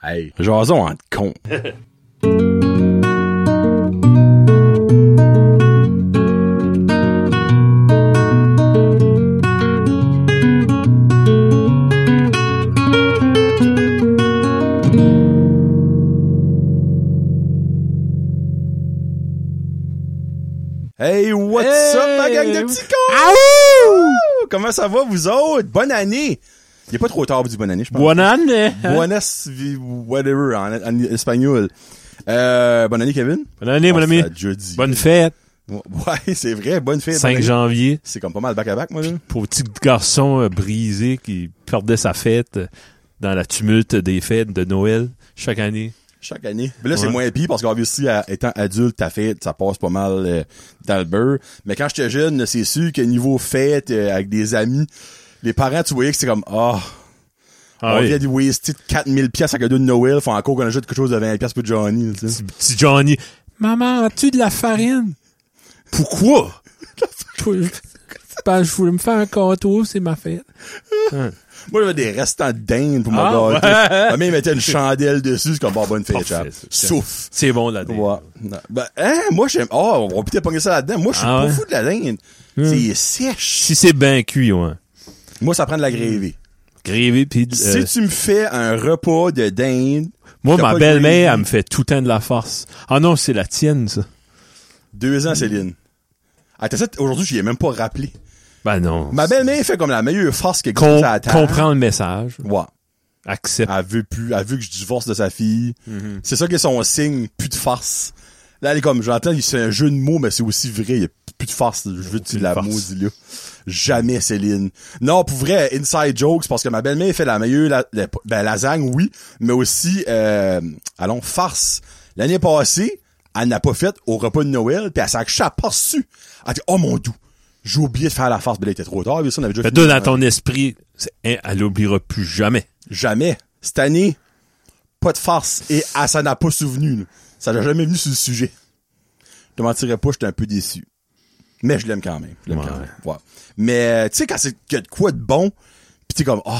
Hey, jason en con. Hey, what's up, ma gang de petits cons? Wouh! Comment ça va, vous autres? Bonne année! Il est pas trop tard pour du bonne année, je pense. Bonne année! Buenas, vi- whatever, en, en espagnol. Euh, bonne année, Kevin. Bonne année, mon Ah, ami. c'est à jeudi. Bonne fête. Eh Ouais, c'est vrai, bonne fête. 5 bonne- janvier. C'est comme pas mal back à back, moi, là. Pour le petit garçon euh, brisé qui perdait sa fête euh, dans la tumulte des fêtes de Noël chaque année. Chaque année. Mais là, c'est Ouais. moins pire parce qu'obviously, à- étant adulte, ta fête, ça passe pas mal euh, dans le beurre. Mais quand j'étais jeune, c'est sûr que niveau fête, euh, avec des amis, les parents, tu voyais que c'était comme, ah, Ah on oui. vient de waster 4000 pièces à cadeau de Noël, faut encore qu'on ajoute quelque chose de 20 pièces pour Johnny, là, tu sais. Petit Johnny. Maman, as-tu de la farine? Pourquoi? je, ben, je voulais me faire un gâteau, c'est ma fête. Moi, j'avais des restants de dinde pour mon Ah, gâteter. Ma mère, il mettait une chandelle dessus, c'est comme, bon, bonne fête, Parfait, chap. c'est- Souffle. C'est bon, la dinde. Ouais. Non. Ben, hein, moi, j'aime, oh, on va peut-être pogner ça là-dedans. Moi, je suis Ah pas ouais? Hum. fou de la dinde. C'est sèche. Si c'est bien cuit, ouais. Moi, ça prend de la gravy. Grévé, pis... Hum. euh, Si tu me fais un repas de dinde, moi, t'as pas ma de belle-mère, gravy. elle me fait tout le temps de la farce. Ah non, c'est la tienne, ça. deux ans, Céline. Attends, ça, t- aujourd'hui, je l'ai même pas rappelé. Ben non. Ma belle-mère fait comme la meilleure farce que Com- à la table. comprends le message. Ouais. Accepte. Elle veut plus, elle veut que je divorce de sa fille. C'est ça que son signe, plus de farce. Là, elle est comme, j'entends, c'est un jeu de mots, mais c'est aussi vrai, il y a plus de farce. Je veux que tu Aucune la farce. maudis là. Jamais, Céline. Non, pour vrai, inside jokes, parce que ma belle-mère fait la meilleure, la, la- ben, lasagne, oui, mais aussi, euh, allons, farce. L'année passée, elle n'a pas fait au repas de Noël, puis elle s'est accrochée, elle a pas reçu. Elle dit, oh mon doux, j'ai oublié de faire la farce, mais là, il était trop tard, mais ça, on avait déjà Fais fini. deux dans ton esprit. C'est- hein, Elle l'oubliera plus jamais. Jamais. Cette année, pas de farce. Et ah, ça n'a pas souvenu. là. Ça n'a jamais venu sur le sujet. Je te mentirais pas, j'étais un peu déçu. Mais je l'aime quand même. Je l'aime Ouais. quand même. Ouais. Mais euh, tu sais, quand c'est qu'il y a de quoi de bon, pis t'es comme oh,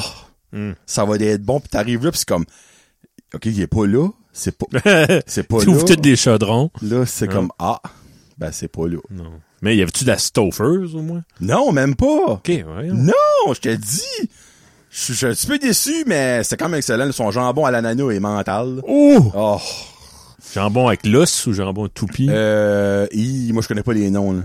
Hmm. ça va être bon, pis t'arrives là, pis c'est comme OK, il est pas là, c'est pas c'est pas tu là. ouvres tous des chaudrons. Là, c'est comme Ah, ben c'est pas là. Non. Mais y avait-tu de la stoffer's au moins? Non, même pas. Ok, ouais. Non, je te dis. Je suis- je suis un petit peu déçu, mais c'est quand même excellent. Son jambon à l'ananas est mental. Oh! Oh, Jambon avec l'os ou jambon toupie? euh, hi, moi je connais pas les noms. Là.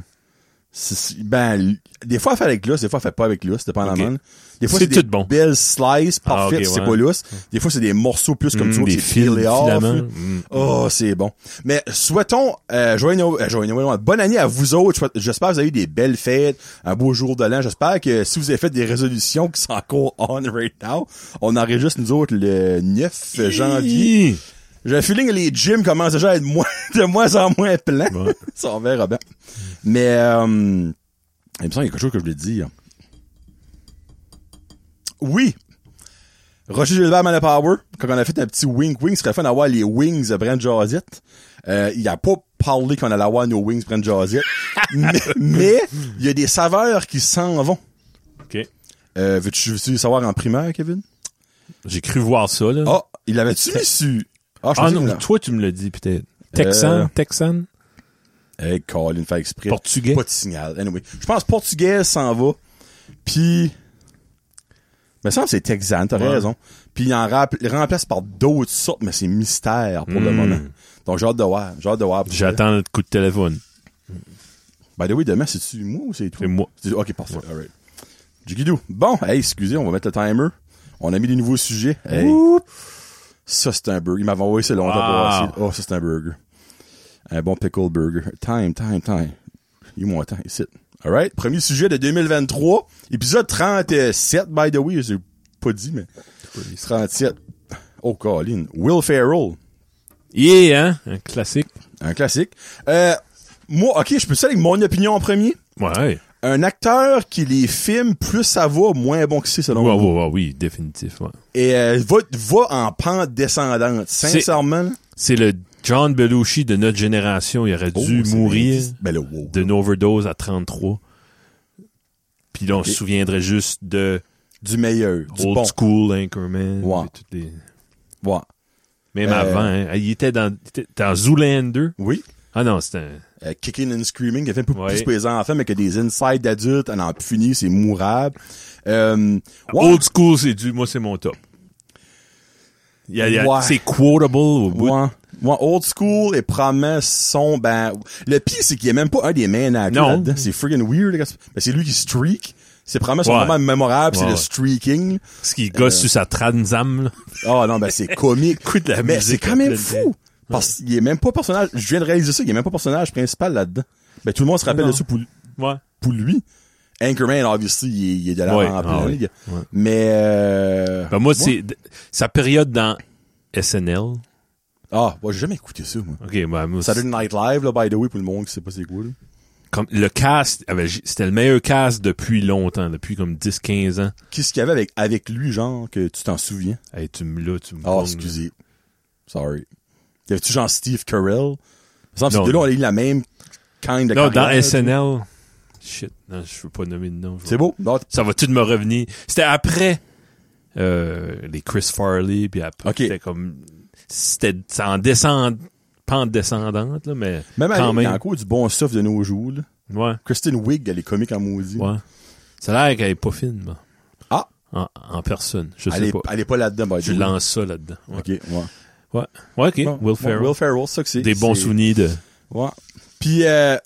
C'est- c'est- ben, l- des fois elle fait avec l'os, des fois elle fait pas avec l'os, dépendamment. Ok. là. Des fois C'est c'est des tout bon. Ah, belles slices parfaites, ok, c'est ouais. pas l'os. Des fois c'est des morceaux plus comme Mm, tu vois, des c'est fils, peelé off, filaments. là. Mm. Oh, c'est bon. Mais souhaitons euh, joyeux Noël, euh, joyeux Noël, non, bonne année à vous autres. Souhait- J'espère que vous avez eu des belles fêtes, un beau jour de l'an. J'espère que si vous avez fait des résolutions qui sont encore on right now, on enregistre nous autres le 9 janvier. Hi! J'ai le feeling que les gyms commencent déjà à être moins, de moins en moins pleins. Ouais. Ça, on verra bien. Mais, euh, il me semble qu'il y a quelque chose que je voulais te dire. Oui! Roger Gilbert Man of Power, quand on a fait un petit wink-wink, ce serait fun d'avoir les wings de Brent Jazette. Euh, il a pas parlé qu'on allait avoir nos wings Brent Jazette. mais, mais il y a des saveurs qui s'en vont. Ok. Euh, veux-tu, veux-tu le savoir en primaire, Kevin? J'ai cru voir ça, là. Ah, il l'avait-tu mis sur... Ah, je ah pensais qu'il non, l'a- toi, tu me l'as dit, peut-être. Texan, Euh, Texan, Hey, Colin, fait exprès. Portugais. Pas de signal. Anyway. Je pense portugais s'en va. Puis. Mais ça, c'est texan, t'as Ouais. raison. Puis il en rap- il remplace par d'autres sortes, mais c'est mystère pour le Mm. moment. Donc j'ai hâte de voir. J'ai hâte de voir. J'attends le coup de téléphone. By the way, demain, c'est-tu moi ou c'est toi? C'est moi. C'est- Ok, parfait. Alright. Jigidou. Bon, hey, excusez, on va mettre le timer. On a mis des nouveaux sujets. Hey. Ouh. Ça, c'est un burger. Il m'avait envoyé ça longtemps pour voir Wow. si- Oh, ça, c'est un burger. Un bon pickle burger. Time, time, time. Il moi temps, ici. Alright. Premier sujet de 2023. Épisode 37, by the way. J'ai pas dit, mais. 37. Oh, Colin. Will Ferrell. Yeah, hein? Un classique. Un classique. Euh, moi, ok, je peux ça avec mon opinion en premier. Ouais. Un acteur qui les films, plus ça va, moins bon que c'est, selon Ouais, moi. ouais, ouais, oui, définitif, ouais. Et euh, va, va en pente descendante. C'est- Sincèrement. là. C'est le John Belushi de notre génération. Il aurait Oh, dû c'est mourir bien dit. Ben là, wow. d'une overdose à 33. Puis là, on se souviendrait juste de Du meilleur. Du Old bon. School Anchorman. Ouais. Euh. puis toutes les- Ouais. Même avant, hein. il était dans, il était dans Zoolander. Oui. Ah non, c'était un... Euh, Kicking and Screaming, qui a fait un peu Ouais. plus pour les enfants, mais que des insides d'adultes, on en finit, c'est mourable. Euh, ouais, Old school, c'est du. Moi, c'est mon top. Il y a- il y a- Ouais. C'est quotable au bout. ouais, ouais, old school et promesses sont, ben, le pire, c'est qu'il y a même pas un des main actors Non. là-dedans. C'est friggin' weird, les gars. Ben, c'est lui qui streak. Ses promesses sont Ouais. vraiment mémorables, c'est Ouais, le ouais. streaking. Ce qui gosse sur sa transam, là. Oh non, ben, c'est comique. Écoute la mais c'est musique quand en même pleine tête. fou. Parce qu'il est même pas personnage, je viens de réaliser ça, il est même pas personnage principal là-dedans. Ben, tout le monde se rappelle Non. de ça pour, Ouais. pour lui. Anchorman, obviously, il est, il est de la Ouais, en ah pleine ouais, ligue. ouais. Mais, euh, Ben, moi, c'est d- sa période dans SNL. Ah, moi, j'ai jamais écouté ça, moi. OK, ben, moi, Saturday Night Live, là, by the way, pour le monde qui sait pas c'est quoi, là. c'est comme, le cast, avait- c'était le meilleur cast depuis longtemps, depuis comme 10-15 ans. Qu'est-ce qu'il y avait avec, avec lui, genre, que tu t'en souviens? Hey, tu me là, tu me Ah, pognes, là. excusez. Sorry. Y avait-tu genre Steve Carell? Il me semble Non. que là, on a eu la même kind de Non, dans carrière, là, tu vois. SNL. Shit, non, je veux pas nommer de nom. je C'est vais- beau. Non, t- Ça va tout me revenir. C'était après euh, les Chris Farley, puis après, Ok. c'était comme... C'était c'était en descend... pente descendante, là, mais même quand avec, même. dans le coup, du bon stuff de nos jours, là. Ouais, Kristen Wiig, elle est comique en maudit. ouais. Ça a l'air qu'elle est pas fine, ben, Ah! en, en personne. Je Elle sais est, pas. elle est pas là-dedans, by the Je way. lance ça là-dedans. Ouais. Ok, ouais. Ouais, Ouais, ok. Bon, Will Ferrell. Will Ferrell, c'est ça que c'est. Des bons C'est- souvenirs de. Ouais. Puis, euh,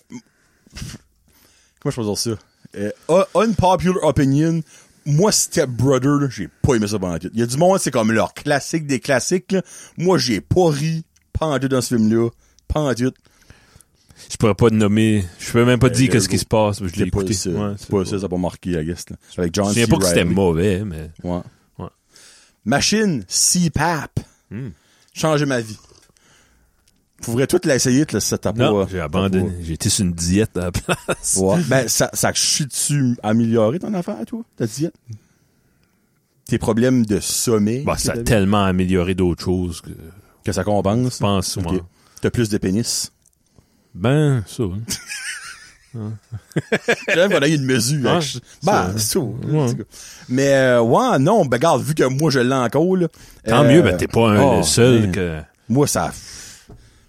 comment je peux dire ça? Euh, un- unpopular opinion. Moi, Step Brother, là, j'ai pas aimé ça pendant tout. Il y a du monde, c'est comme leur classique des classiques. là. Moi, j'ai pas ri pendant tout dans ce film-là. Pendant tout. Je pourrais pas te nommer. Je peux même pas te Euh, dire le- qu'est-ce qui se passe. mais Je l'ai C'est pas écouté. ça. Ouais, c'est pas ça, ça a pas marqué, I guess. Là. Avec Je John me C. souviens pas que c'était Reilly. mauvais, mais. Ouais. Ouais. Hmm. Machine, CPAP. Changer ma vie. Faudrait tout l'essayer, là, si ça t'a Non, pas- j'ai t'as pas- abandonné. J'ai été sur une diète à la place. euh, Ouais. ben, ça, ça chie-tu améliorer ton affaire, toi, ta diète? Tes problèmes de sommeil? Bah, que ça a t'avais? tellement amélioré d'autres choses que je que ça compense? pense, Ok. moi. T'as plus de pénis. Ben, ça. hein. J'aime qu'on a eu une mesure. Ah, hein. c'est- ben, c'est tout. Mais, euh, ouais, non, ben, regarde, vu que moi, je l'ai encore, là, Tant euh, mieux, ben, t'es pas un, oh, le seul man. que. Moi, ça...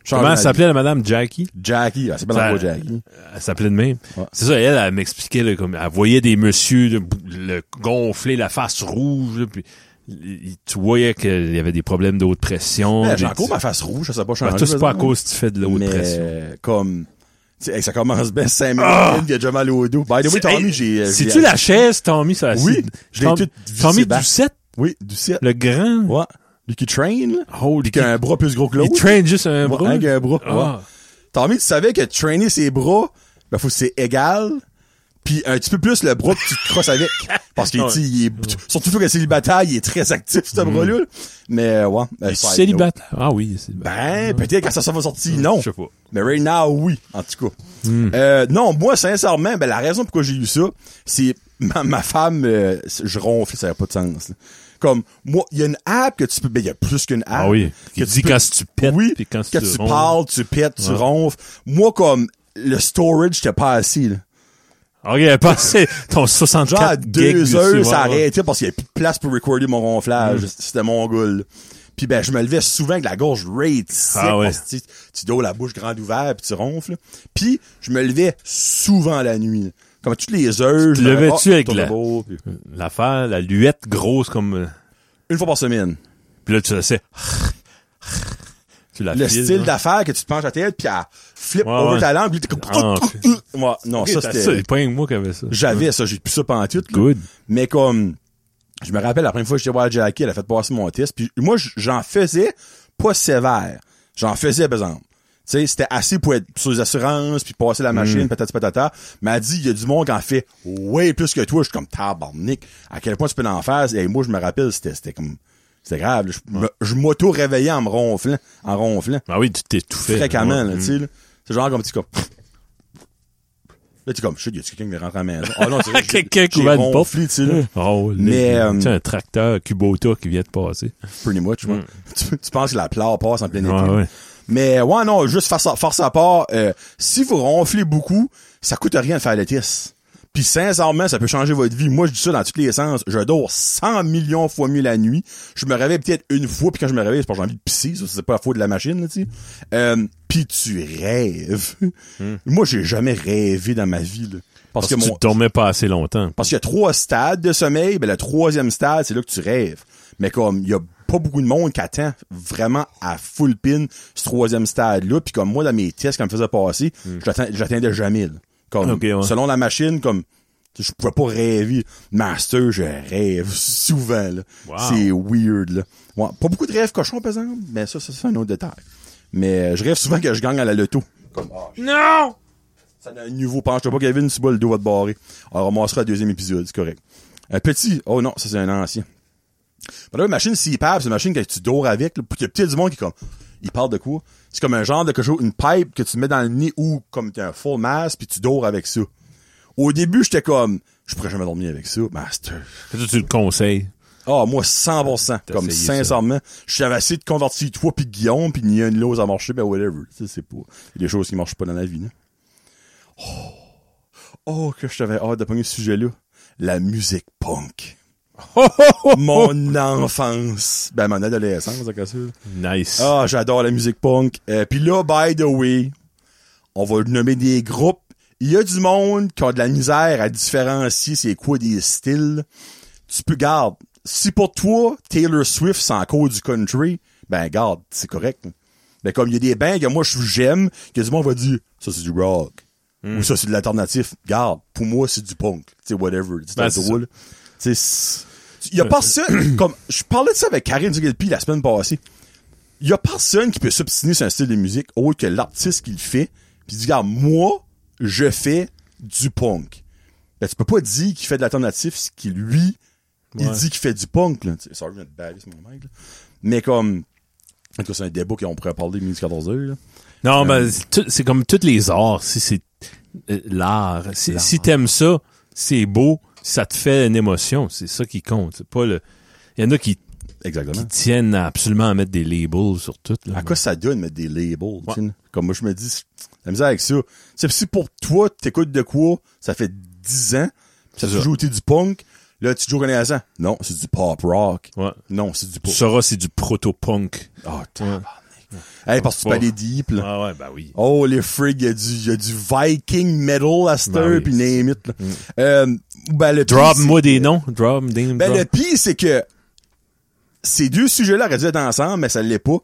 Change Comment ma elle s'appelait la madame Jackie? vie. Jackie. Ah, c'est pas Ça- dans Jackie. Elle s'appelait de même. Ouais. C'est ça, elle, elle m'expliquait, là, comme, elle voyait des messieurs là, b- le gonfler, la face rouge, là, puis il- tu voyais qu'il y avait des problèmes haute pression. Ben, des- J'ai encore ma face rouge, ça, ça a pas Ben, changé. tout, c'est pas par à exemple. cause que tu fais de l'eau mais, euh, de pression. Ah! comme... tu sais, hey, ça commence bien 5 minutes, il y a déjà mal au dos. By the way, C'est- Tommy, hey, j'ai... euh, C'est-tu j'ai- la chaise, Tommy, ça Oui, je l'ai Tom- toute Tommy vissée back. Doucette, Oui, du ciel. le grand. Ouais. Lui qui train, là. Holy Lui qui a un bras plus gros que Il l'autre. traîne juste un Ouais, bras. un qui a un bras. Ah. ouais. Tommy, tu savais que traîner ses bras, ben, faut que c'est égal. Puis un petit peu plus le bras que tu te crosses avec. Parce qu'il Ouais. Mm. tu sais, il est, surtout que célibataire, il est très actif, ce bras-là. Mais, ouais. ben, Es-tu side note. célibataire? Ah oui, c'est Ben, peut-être quand ça sera sorti, non. Je sais pas. Mais right now, oui, en tout cas. Euh, non, moi, sincèrement, ben, la raison pourquoi j'ai eu ça, c'est ma, ma femme, euh, je ronfle, ça n'a pas de sens. là. Comme, moi, il y a une app que tu peux... Ben, il y a plus qu'une app. Ah oui. Que Il tu dit peux- quand tu pètes, oui, puis quand que tu tu ronfles. parles, tu pètes, tu Ouais. ronfles. Moi, comme, le storage, j'étais pas assis. Là. Ah, il a passé ton 64 Genre, à gigs deux dessus, heures, ouais, Mm. ça ouais. arrêtait parce qu'il n'y avait plus de place pour recorder mon ronflage. C'était mon goal. Puis ben, je me levais souvent avec la gorge raide. sec, Ah ouais. parce que, tu sais, tu dors la bouche grande ouverte puis tu ronfles. là. Puis je me levais souvent la nuit. là. Comme à toutes les heures. te je me levais, levais-tu ah, avec tourne la- le bord, puis- L'affaire, la luette grosse comme... euh, Une fois par semaine. Puis là, tu la sais... Tu la Le files, style là. d'affaire que tu te penches la tête puis elle flip Ouais, over ouais. ta langue. puis t'es comme- Ah, Ouais, non, ça T'as ça, c'était... c'est pas rien que moi qui avait ça. J'avais ça, j'ai plus ça pendant tout. là. Good. Mais comme, je me rappelle la première fois que j'étais voir Jackie, elle a fait passer mon test. Puis moi, j- j'en faisais pas sévère. J'en faisais, par exemple. Tu sais, c'était assez pour être sur les assurances, puis passer Mm. la machine, patati patata. Mais elle dit, il y a du monde qui en fait way plus que toi. Je suis comme, tabarnak. À quel point tu peux en faire? Et moi, je me rappelle, c'était, c'était comme, c'était grave. là. Je, me- je m'auto-réveillais en me ronflant, en ronflant Ah oui, tu t'étouffais. fréquemment, là, Ouais. tu sais, là. C'est genre comme, tu comme... Là, tu comme, shit, y a quelqu'un qui va rentrer à la maison? Ah non, c'est vrai, j'ai- Quelqu'un qui j'ai ouvre une ronflé, tu sais, là. Oh, Mais, euh, un tracteur Kubota qui vient de passer. Pretty much, ouais. tu, tu penses que la plare passe en plein Hmm. Ouais, été. Ah ouais. Mais ouais, non, juste farce à, farce à part, euh, si vous ronflez beaucoup, ça coûte rien de faire le test. Puis sincèrement, ça peut changer votre vie. Moi, je dis ça dans tous les sens. Je dors 100 millions fois mieux la nuit. Je me réveille peut-être une fois, puis quand je me réveille, c'est parce que j'ai envie de pisser. Ça, c'est pas la faute de la machine, là, tu sais. Euh, puis tu rêves. Moi, j'ai jamais rêvé dans ma vie, là. Hmm. Parce que, tu dormais pas assez longtemps. Parce qu'il y a trois stades de sommeil, ben le troisième stade, c'est là que tu rêves. Mais comme il y a pas beaucoup de monde qui attend vraiment à full pin ce troisième stade-là, puis comme moi, dans mes tests qu'on me faisait passer, je l'attends- j'atteignais jamais. là. Comme Hmm. Ok, ouais. selon la machine, comme je pouvais pas rêver. Master, je rêve souvent. là. Wow. C'est weird. Là. Ouais, pas beaucoup de rêves cochons, par exemple, mais ça, ça, c'est un autre détail. Mais euh, je rêve souvent que je gagne à la loto. Comme, ah, Non! ça donne un nouveau penche. pas, Kevin, tu bats le dos va te barrer. On ramassera le deuxième épisode, c'est correct. Un petit. Oh non, ça c'est un ancien. Mais là, une machine CPAP, c'est une machine que tu dors avec. là, puis Il y a peut-être du monde qui est comme. Il parle de quoi? C'est comme un genre de quelque chose, une pipe que tu mets dans le nez ou comme t'es un full mask puis tu dors avec ça. Au début, j'étais comme, je pourrais jamais dormir avec ça, master. Fait que tu le conseilles. Ah, moi, 100%. T'as Comme, essayé ça. sincèrement, je savais assez de convertir toi puis Guillaume puis ni une lose à marcher, ben whatever. Tu sais, c'est pas, il y a des choses qui marchent pas dans la vie, non? Oh, oh, que je t'avais hâte de pogner ce sujet-là. La musique punk. Mon enfance. Ben, mon adolescence, c'est comme ça. Nice. Ah, j'adore la musique punk. Euh, Puis là, by the way, on va nommer des groupes. Il y a du monde qui a de la misère à différencier c'est quoi des styles. Tu peux, garde, si pour toi, Taylor Swift, c'est encore du country, ben garde, c'est correct. Mais comme il y a des bands que moi, je- j'aime, que du monde va dire, ça c'est du rock. Hmm. Ou ça c'est de l'alternatif. Garde, pour moi, c'est du punk. Tu sais, whatever. Tu sais, Ben, c'est c'est drôle. Tu sais, c'est- il y a personne, comme, je parlais de ça avec Karine Dugalpi la semaine passée il y a personne qui peut s'obstiner sur un style de musique autre que l'artiste qui le fait. Puis il dit, regarde, moi, je fais du punk. Ben, tu peux pas dire qu'il fait de l'alternatif, ce qui lui, il Ouais. dit qu'il fait du punk. Là. Tu sais, Sorry, je viens de baver sur mon mic. là. Mais comme, en tout cas, c'est un débat qu'on pourrait parler de 14 heures. là. Euh. Non, ben, c'est tout- c'est comme tous les arts. Si c'est euh, l'art, si, si t'aimes ça, c'est beau, ça te fait une émotion. C'est ça qui compte. C'est pas le. Il y en a qui Exactement. tiennent à absolument à mettre des labels sur tout. Là, À quoi ça donne mettre des labels? tu sais, Comme moi, je me dis, c'est- la misère avec ça. C'est si pour toi, t'écoutes de quoi, ça fait 10 ans, pis ça a C'est ça. toujours été du punk, là, tu joues renaissant. Non, c'est du pop rock. Ouais. Non, c'est du Tu pop. sauras, c'est du proto-punk. Ah, tabarnak. Hey, parce que tu Ouais. parles des deep, là. Ah ouais, bah oui. Oh, les frig, il y, a du- y a du Viking metal à cette Ben heure, oui. pis name it, là. Euh, ben, le pire, Drop-moi c'est- des noms. Drop, des Ben, drop. le pire, c'est que ces deux sujets-là auraient dû être ensemble, mais ça l'est pas.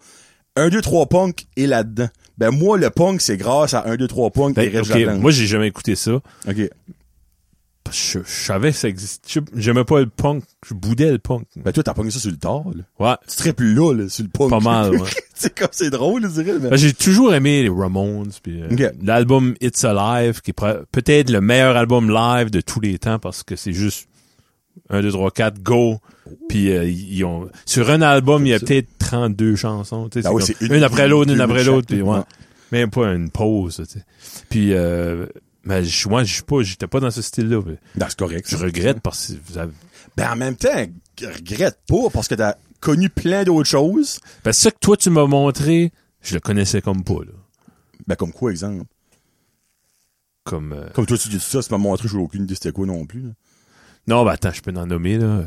1, 2, 3 punk est là-dedans. Ben, moi, le punk, c'est grâce à 1, 2, 3 punk Ben, et Red ok, Jardin. Moi, j'ai jamais écouté ça. OK. Parce que Je, je savais que ça existait. Je- J'aimais pas le punk. Je boudais le punk. Ben, toi, t'as pogné ça sur le tard, là. Ouais. Tu tripes là, là, sur le punk. Pas mal, ouais. c'est comme, c'est drôle, je dirais, mais- Ben, j'ai toujours aimé les Ramones. puis, euh, Ok. L'album It's Alive, qui est pre- peut-être le meilleur album live de tous les temps parce que c'est juste 1, 2, 3, 4, go. Puis euh, ils ont... sur un album, il y a peut-être 32 chansons. tu sais, Ah oui, comme c'est une- une, après l'autre, une deux après minutes l'autre. chaque, puis ouais. ouais. Même pas une pause. tu sais. Puis euh, ben, je- moi, je suis pas, j'étais pas dans ce style-là. puis Non, Ben, c'est correct. Je regrette parce que vous avez- Ben, en même temps, regrette pas, parce que t'as connu plein d'autres choses. Parce que ça que toi, tu m'as montré, je le connaissais comme pas, là. Ben, comme quoi, exemple? Comme, euh, Comme toi, tu dis ça, tu m'as montré, j'ai aucune idée c'était quoi non plus. là. Non, bah attends, je peux en nommer, là.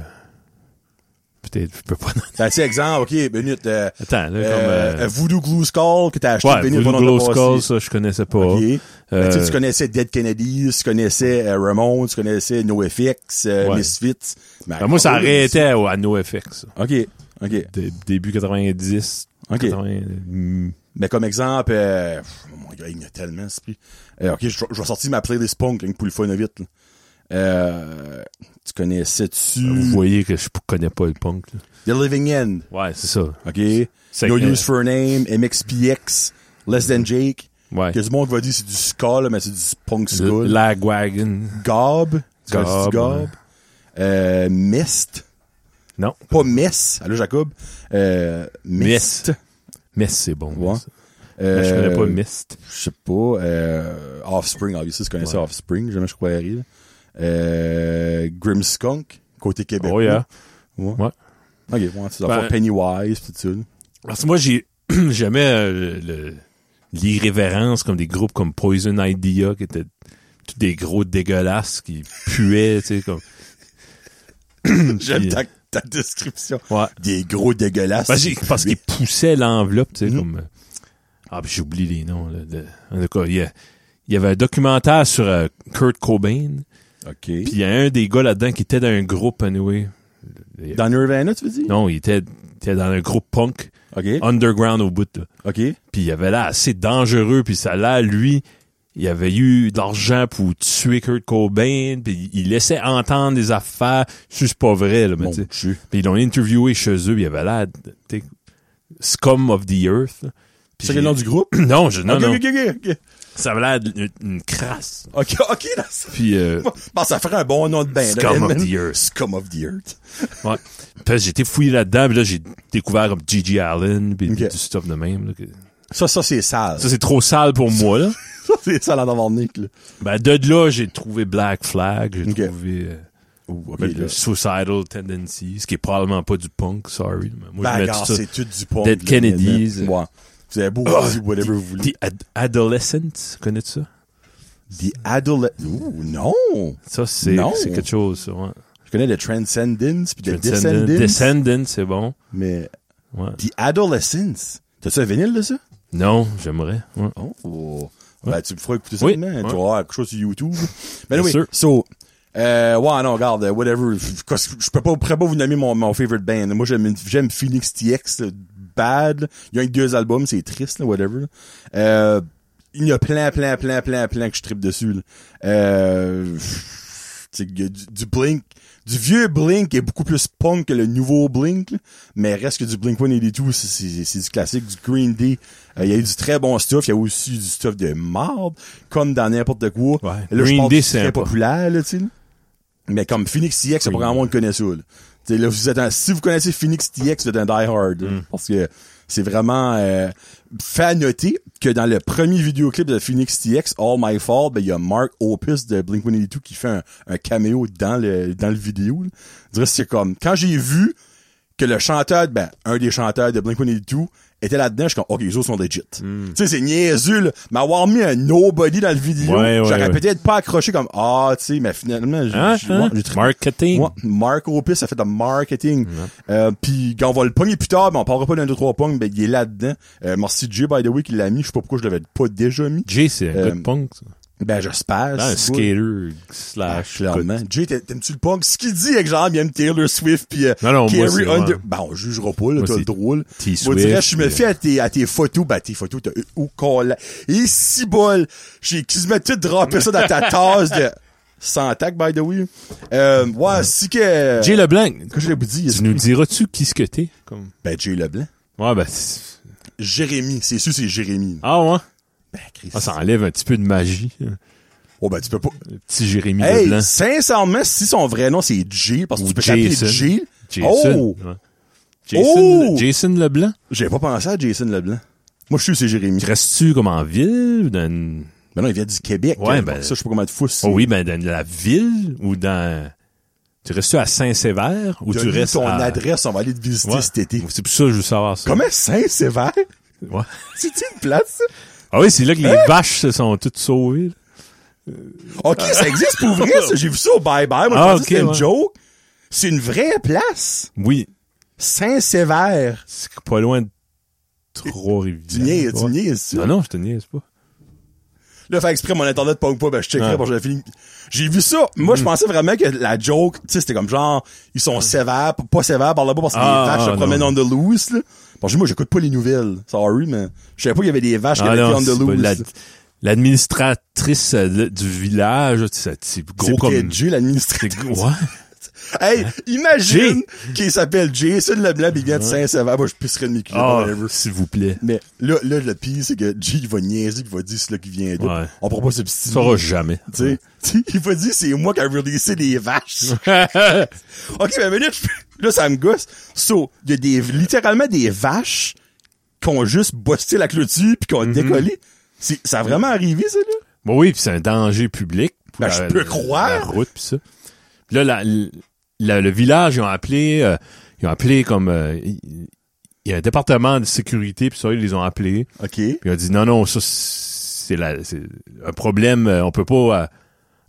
Peut-être, je peux pas en nommer. Ben, tu sais, exemple, OK, minute, euh, Attends, là, euh, comme... euh, Voodoo Glue Skull que t'as acheté Ouais, Benny Voodoo pendant le Glow passé. Skull, ça, je connaissais pas. Ok. Euh, Ben, tu sais, tu connaissais Dead Kennedy, tu connaissais euh, Ramon, tu connaissais NoFX, euh, Ouais. Misfits. Ben, Ben, moi, ça oui, arrêtait au- à NoFX. ça. OK, OK. Dé- Début 90. Ok. 80, hmm. Mais comme exemple, euh, pff, oh mon gars, il y en a tellement, ce prix. Euh, OK, je je vais sortir ma playlist punk là, pour le fun de vite. là. Euh, tu connaissais-tu Vous voyez que je p- connais pas le punk. là. The Living End? Ouais, c'est ça. OK? C'est no que- Use for a Name, MXPX, Less Than Jake. Ouais. Il y a du monde qui va dire c'est du ska, là, mais c'est du punk ska. L- Lagwagon. Gob. Tu Gob, connais-tu Gob? ouais. Euh, Mist. Non, Pas Mess. Allô, Jacob. Euh, Mist. Mist. Mist, c'est bon. Ouais. ça. Moi, je connais pas Euh, Mist. Je sais pas. Euh, Offspring, obviously, tu connaissais Ouais. Offspring. Jamais je croyais rire. Euh, Grim Skunk, côté Québec. Oh, yeah. Ouais. Ouais. OK, ouais, tu dois Ben- faire Pennywise, pis tout ça. là. Parce que moi, j'ai euh, jamais l'irrévérence comme des groupes comme Poison Idea qui étaient tous des gros dégueulasses qui puaient, tu sais, comme. J'aime Puis, ta, ta description. Ouais. euh, Des gros dégueulasses. Parce, qu'il- parce qu'il poussait l'enveloppe, tu sais, Mhm. comme... euh, Ah, puis j'oublie les noms, là. de- en tout cas, il y, a- il y avait un documentaire sur euh, Kurt Cobain, OK. puis il y a un des gars là-dedans qui était dans un groupe, anyway. Il- Dans Nirvana, tu veux dire? Non, Ah. il était, il était dans un groupe punk, OK. underground au bout, là. OK. Puis il avait l'air assez dangereux, puis ça là, lui... Il avait eu de l'argent pour tuer Kurt Cobain, puis il laissait entendre des affaires. C'est pas vrai, là, mais Mon tu sais. Dieu. Puis ils l'ont interviewé chez eux, il avait l'air de- t'sais, scum of the earth. là. C'est Puis le j'ai- nom du groupe? Non, je, non, OK, non. OK, OK, Ça avait l'air d'une une crasse. OK. OK, OK. là, ça- Puis, euh, Bon, ça ferait un bon nom de band. Scum là, of the man. earth. Scum of the Earth. ouais. Puis j'ai été fouillé là-dedans, puis là j'ai découvert comme Gigi Allen, puis, puis Ok. du stuff de même. là, que- Ça, ça, c'est sale. Ça c'est trop sale pour moi là. Ça, c'est sale en avant-nick, là. Ben de là j'ai trouvé Black Flag, j'ai Ok. trouvé euh, Ouh, OK, ben, là. le Suicidal Tendencies, ce qui est probablement pas du punk, sorry. mais Moi je mets Bagarre, tout ça. Ben, c'est tout du punk. Dead là, Kennedys. maintenant. Ouais. Vous avez beau Ah, dire whatever vous voulez. The Ad- Adolescent, connais-tu ça? The Adolescent. Ouh, non! Ça c'est Non. c'est quelque chose. ça, Ouais. Je connais le Transcendence puis le Transcendent. Descendence. Descendant, c'est bon. Mais Ouais. The Adolescence. T'as-tu un vinyle de ça? Non, j'aimerais. Ouais. Oh. Ben, tu me feras écouter ça Oui. demain. Tu Ouais. vas voir quelque chose sur YouTube. Mais Bien oui, sûr. so, euh, ouais, non, regarde, euh, whatever. F- quoi, Je peux pas, pourrais pas vous nommer mon, mon favorite band. Moi, j'aime, j'aime Phoenix TX, euh, bad. Il y a que deux albums, c'est triste, là, whatever. Euh, il y a plein, plein, plein, plein, plein que je tripe dessus, là. Euh, tu sais, il y a du, du Blink, du vieux Blink est beaucoup plus punk que le nouveau Blink, là. mais reste que du Blink 182, c'est- c'est c'est du classique, du Green Day. Euh, Il y a eu du très bon stuff, il y a aussi du stuff de marde, comme dans n'importe quoi. Ouais. Là, je Green pense Day, que c'est c'est très sympa. populaire, là, tu sais. là. Mais comme Phoenix TX, c'est pas Green grand Day. monde qui connaît ça, là. Tu sais, là, vous êtes un, si vous connaissez Phoenix TX, vous êtes un die-hard, là. parce que c'est vraiment... Euh, fait à noter que dans le premier vidéoclip de Phoenix TX, All My Fall, ben, il y a Mark Opus de Blink-182 qui fait un, un caméo dans le, dans le vidéo. là. Je dirais que c'est comme... Quand j'ai vu que le chanteur, ben, un des chanteurs de Blink-182 était là-dedans, je suis comme, OK, les autres sont legit. Tu sais, c'est niaiseux, là. Mais avoir mis un nobody dans le vidéo, Ouais, ouais, j'aurais ouais. peut-être pas accroché comme, ah, tu sais, mais finalement, j'ai- Hein? j'ai- Hein? ouais, j'ai trippé. Marketing. Ouais, Mark Opus a fait de marketing. Euh, puis quand on va le pogner plus tard, mais on parlera pas d'un, deux, trois pong, mais il est là-dedans. Euh, merci Jay, by the way, qui l'a mis. Je sais pas pourquoi je l'avais pas déjà mis. Jay, c'est un Euh, gars de punk. ça. Ben, j'espère. Ah, un c'est quoi. skater Ah, slash. clairement. Jay, t'a- t'aimes-tu le punk? Ce qu'il dit, exemple, il aime Taylor Swift pis euh, Non, non, moi, Carrie c'est Under. vraiment- Ben, on jugera pas, là, Moi, t'as le c'est drôle. Moi, T-Swift. je dirais, je me puis- fie à tes, à tes photos. Ben, tes photos, t'as eu au collant. Et si bol, j'ai quasiment tout droppé ça dans ta tasse de... Sans tac, by the way. Euh, ouais, si que... euh, Jay Leblanc, Que je l'ai vous dit, tu nous diras-tu qui ce que t'es? Comme... Ben, Jay Leblanc. Ouais, ben. c'est- Jérémy, c'est sûr, c'est Jérémy. Ah, ouais. Ben, Christ. Ah, ça enlève un petit peu de magie. hein. Oh, ben, tu peux pas. Le petit Jérémy Leblanc. Hey, sincèrement, si son vrai nom c'est Jay, parce que Ou tu peux t'appeler Jason. Jay. Jason. Oh! ouais. Jason, Oh! Jason Leblanc. J'ai pas pensé à Jason Leblanc. Moi, je suis c'est Jérémy. Restes-tu comme en ville ou dans une- Ben non, il vient du Québec. Ouais, hein, ben- pour Ça, je sais pas comment te fous. Oh oui, ben, dans la ville ou dans. Tu restes-tu à Saint-Sévère ou tu Donne-nous restes ton à. adresse, on va aller te visiter Ouais. cet été. C'est pour ça que je veux savoir ça. Comment Saint-Sévère? Ouais. C'est-tu une place, ça? Ah oui, c'est là que les Hein? vaches se sont toutes sauvées. là. OK, ça existe pour vrai, ça. J'ai vu ça au bye-bye. Moi, je Ah, pensais que ok, c'était une ouais. joke. C'est une vraie place. Oui, Saint-Sévère. c'est pas loin de Tu Trois-Rivières. niaises, tu Ouais. niaises, tu. Non, non, je te niaise pas. Là, fait exprès, mon internet pogne pas, ben je checkerai Ouais. Mm. pour que je fini. J'ai vu ça. Moi, je pensais vraiment que la joke, tu sais, c'était comme genre, ils sont sévères, p- pas sévères par là-bas parce que Ah, les vaches ah, se promènent non. on the loose, là. Parce que moi, j'écoute pas les nouvelles. Sorry, mais je savais pas qu'il y avait des vaches qui Ah avaient non, été c'est on the pas loose. la- là. l'administratrice euh, le- du village, c'est c'est C'est gros comme... comme... Jay, l'administrateur. c'est gros- Ouais. Hey, Hein? imagine qu'il s'appelle Jason Leblanc pis il vient de Saint-Sévère. Moi, je pisserais de mes culottes, Ah, whatever. s'il vous plaît. Mais là, là, le pire, c'est que Jay, il va niaiser, il va dire c'est là qu'il vient d'où. Ouais. On pourra pas Tu substituer. sauras jamais. Tu sais, tu sais, il va dire c'est moi qui ai releasé les vaches. OK, ben minute, je- là, ça me gosse. So, il y a des, littéralement des vaches qui ont juste bossé la clôture puis qui Mm-hmm. ont décollé. C'est, ça a vraiment arrivé, ça, là? Bon, oui, puis c'est un danger public. pour Ben, je peux la croire. route, puis ça. Puis là, la- la- le village, ils ont appelé, euh, ils ont appelé comme... euh, il il y a un département de sécurité, puis ça, ils les ont appelés. OK. Puis on dit non, non, ça c'est la- c'est un problème, euh, on peut pas euh,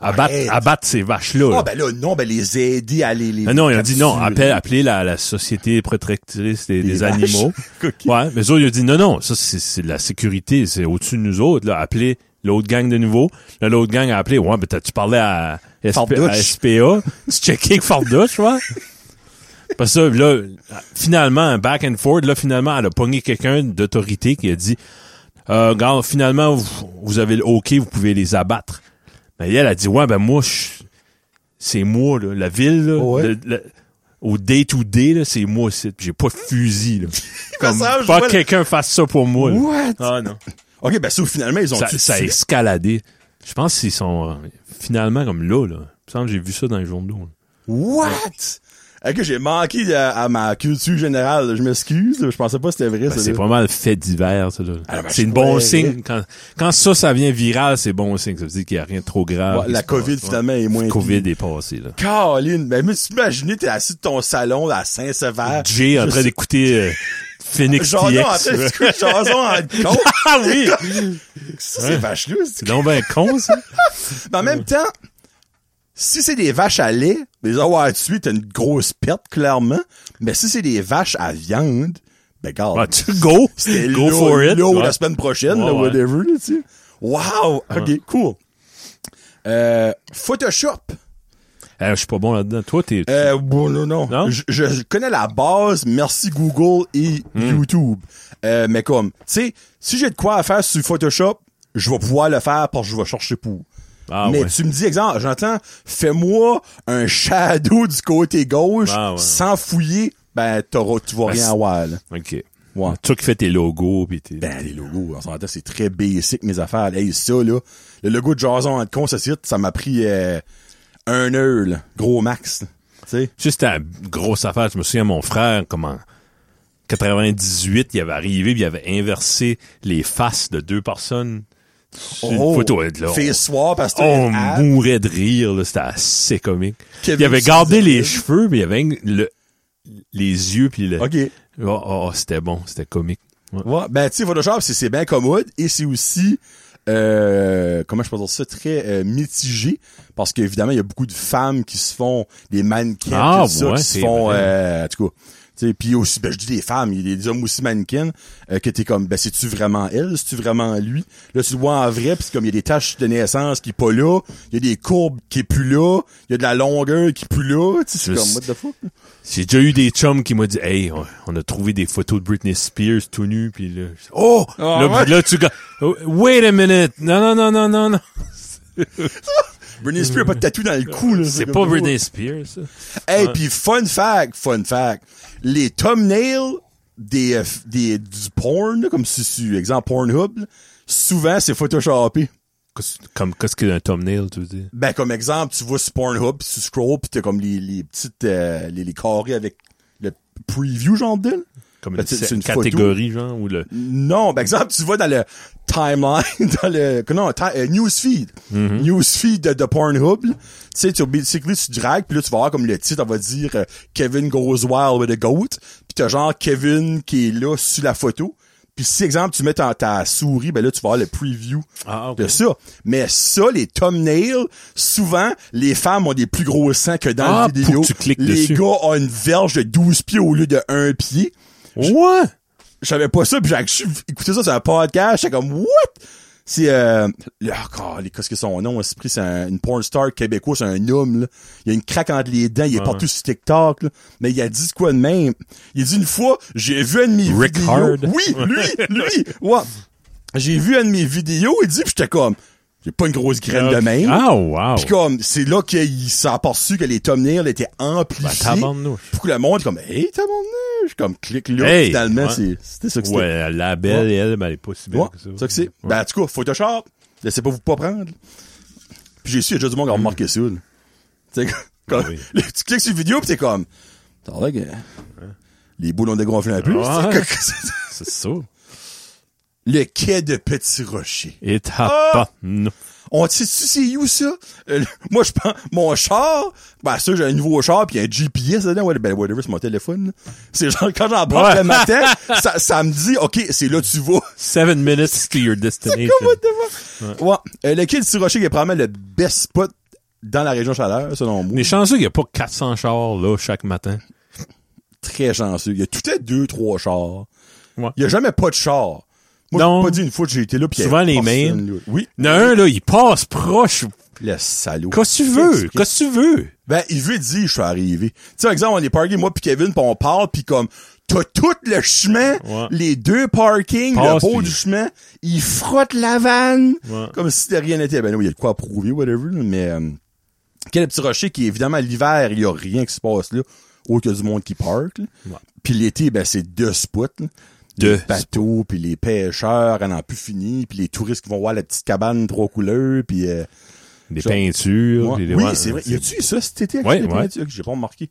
abattre, Arrête. abattre ces vaches-là. là. Ah, ben là, non, ben les aider à les. les Ah non, ils ont dit non, capturer. appelez, appelez la, la société protectrice des, des vaches. animaux. Ok. Ouais, mais eux autres, ils ont dit non, non, ça c'est c'est de la sécurité, c'est au-dessus de nous autres. Là. Appelez l'autre gang de nouveau. Là, l'autre gang a appelé, ouais, mais tu parlais à, SP Fort à Dutch. SPA, tu checkais avec Fort Dutch, ouais. Parce que là, finalement, back and forth, là, finalement, elle a pogné quelqu'un d'autorité qui a dit, euh, gars, finalement, vous, vous avez le OK, vous pouvez les abattre. Mais elle a dit, ouais, ben moi, je- c'est moi, là, la ville, là, Ouais. le- le- au day-to-day, là, c'est moi aussi. Puis J'ai pas de fusil. Là. Comme, ça, je pas vois que le- quelqu'un fasse ça pour moi. là. What? Ah non. Ok, ben ça, finalement, ils ont Ça, tué- ça a escaladé. Je pense qu'ils sont euh, finalement comme là. là. Il me semble que j'ai vu ça dans les journaux. là. What? Ok, j'ai manqué à, à ma culture générale. Je m'excuse. là, Je pensais pas que c'était vrai. Ben, ça, c'est là. pas mal fait divers. ça, là. Alors, ben, c'est je une bon pourrais- signe. Quand, quand ça, ça vient viral, c'est bon signe. Ça veut dire qu'il n'y a rien de trop grave. Ouais, la qui se passe. COVID, Ouais. finalement, est moins. La COVID est passée. Là. Caroline, ben, mais t'imagines, t'es assis de ton salon, là, à Saint-Sever. Jay est en train d'écouter euh, Phoenix Ah, Genre, non, en TX. fait, là. c'est quoi, jason en con? ah oui! Ça, c'est vacheleux, c'est C'est donc ben con, ça. Mais en même temps, si c'est des vaches à lait, les avoir tuées, t'as une grosse perte, clairement. Mais si c'est des vaches à viande, ben, garde. Ah, tu go! C'était Go là, for it! là, ou Ouais. la semaine prochaine, Ouais, là, ouais. whatever, là, tu sais. Wow! OK, cool. Euh, Photoshop. Eh, Je suis pas bon là-dedans. Toi, t'es... Euh, bon, non, non. Non? Je, je connais la base, merci Google et Hmm. YouTube. Euh, mais comme, tu sais, si j'ai de quoi à faire sur Photoshop, je vais pouvoir le faire parce que je vais chercher pour. Ah mais ouais. tu me dis, exemple, j'entends, fais-moi un shadow du côté gauche Ah ouais. sans fouiller, ben, t'auras, tu vas Ben, rien c'est- avoir, là. OK. Ouais. Toi qui fais tes logos, pis tes... Ben, les logos, on s'entend, c'est très basic, mes affaires. Hey, ça, là, le logo de Jason en con, ça, c'est- ça m'a pris euh, un heure, là, gros max. là. Tu sais? Tu sais, c'était une grosse affaire. Je me souviens, mon frère, comment... 98, il avait arrivé, puis il avait inversé les faces de deux personnes sur une photo. Et Là, Oh, on- Fait Oh, soir parce que on Ah, mourait de rire, là. C'était assez comique. Kevin il avait gardé Suzanne. les cheveux, mais il avait le- les yeux, puis le... OK. Oh, oh, oh, c'était bon, c'était comique. Ouais. Ouais, ben, tu sais, Photoshop, c'est, c'est bien commode et c'est aussi, euh, comment je peux dire ça, très euh, mitigé parce qu'évidemment, il y a beaucoup de femmes qui se font des mannequins, Ah, tout ça, ouais, qui se c'est font, vrai. euh, en tout cas. tu sais, Puis aussi, ben, je dis des femmes, il y a des hommes aussi mannequins euh, que t'es comme, ben, c'est-tu vraiment elle? C'est-tu vraiment lui? Là, tu le vois en vrai, puis c'est comme il y a des taches de naissance qui est pas là, il y a des courbes qui est plus là, il y a de la longueur qui est plus là, tu sais, c'est Je comme, sais- what the fuck? J'ai déjà eu des chums qui m'ont dit Hey, on- on a trouvé des photos de Britney Spears tout nu, puis là. je- Oh! Ah, là, ouais. là, tu ga- Oh, Wait a minute! Non, non, non, non, non, non. Britney Spears a pas de tatou dans le cou, là. C'est comme, pas what the fuck? Britney Spears, ça. Hey, puis fun fact, fun fact, les thumbnails des, euh, f- des du porn, là, comme si tu exemple Pornhub, là, souvent c'est photoshopé. Qu'est-ce- Comme, qu'est-ce qu'il y a un thumbnail, tu veux dire? Ben comme exemple, tu vois sur Pornhub, pis tu scrolls, pis t'as comme les, les petites euh, les, les carrés avec le preview genre de. là. Comme Ben, une, c'est- se- c'est une photo. catégorie, genre, ou le. Non, par exemple, tu vas dans le timeline, dans le que non, ti- euh, newsfeed, Mhm. newsfeed de, de Pornhub. là. Tu sais, tu basically tu dragues, puis là tu vas voir comme le titre, on va dire euh, Kevin goes wild with a goat, puis t'as genre Kevin qui est là sur la photo. Puis si exemple tu mets ta, ta souris, ben là tu vas voir le preview Ah, ok. de ça. Mais ça, les thumbnails, souvent les femmes ont des plus gros seins que dans la Ah, vidéo. pour que tu cliques les dessus. gars ont une verge de 12 pieds au lieu de 1 pied Ouais! je savais pas ça, puis j'ai j'ai écouté ça sur un podcast, j'étais comme what? C'est euh, le- oh, golly, qu'est-ce que son nom esprit, c'est un- une porn star québécois, c'est un homme là. Il a une craque entre les dents, il est partout sur TikTok là. mais il a dit de quoi de même. Il a dit une fois, j'ai vu un de mes Rick vidéos. Hard. Oui, lui, lui. Ouais. J'ai vu un de mes vidéos, il dit, puis j'étais comme j'ai pas une grosse graine de même. Ah, wow! Puis comme, c'est là qu'il s'est aperçu que les thumbnails étaient Ben, amplifiés. tabarnouche. Pour que le monde est comme, hey, tabarnouche! Comme, clique là, Hey! finalement, Ouais. c'est, c'était ça que c'était. Ouais, la belle, Ouais. elle, ben, elle est pas si belle Ouais, que ça. c'est ça que c'est. Ouais. Ben, en tout cas, Photoshop, laissez pas vous pas prendre. Puis j'ai su, il y a déjà du monde qui a remarqué ça, là. Tu sais, comme, Ah oui. là, tu cliques sur une vidéo, pis t'es comme, t'as l'air que les boules ont dégonflé un peu. Ouais. tu sais, que- C'est ça. le quai de Petit Rocher. Et t'as Ah! pas. Non. On sait tu c'est où ça? Euh, le- moi, je prends mon char. Ben, ça, j'ai un nouveau char puis un GPS dedans. Ouais, ben, whatever, c'est mon téléphone. là. C'est genre, quand j'en prends Ouais. le matin, ça, ça me dit, OK, c'est là que tu vas. Seven minutes to your destination. What the fuck? Ouais. Euh, le quai du Petit Rocher qui est probablement le best spot dans la région chaleur, selon On moi. est chanceux qu'il n'y a pas 400 chars, là, chaque matin. Très chanceux. Il y a tout à deux, trois chars. Ouais. Il y a jamais pas de char. Moi, Non. j'ai pas dit une fois que j'ai été là. Puis il y Souvent, avait les personne, mêmes. là. Oui, Il y en a un, là, il passe proche. le salaud. Qu'est-ce que tu veux? Qu'est-ce que tu veux? Ben, il veut dire, je suis arrivé. Tu sais, par exemple, on est parké, moi puis Kevin, puis on part, puis comme, t'as tout le chemin, Ouais. les deux parkings, le Passe, beau puis- du chemin, il frotte la vanne, Ouais. comme si de rien n'était. Ben non, il y a de quoi à prouver, whatever, là, mais... euh, quel petit rocher qui, évidemment, l'hiver, il y a rien qui se passe là, autre que du monde qui parque. là. Ouais. Puis l'été, ben, c'est deux spots. là. Deux les bateaux, puis les pêcheurs, à n'en plus fini, puis les touristes qui vont voir la petite cabane trois couleurs, puis... euh, Des Genre- peintures. Ouais. puis des- Oui, ouais, c'est vrai. Y a-tu eu ça cet été? Ouais, Axel, les ouais. peintures? J'ai pas remarqué.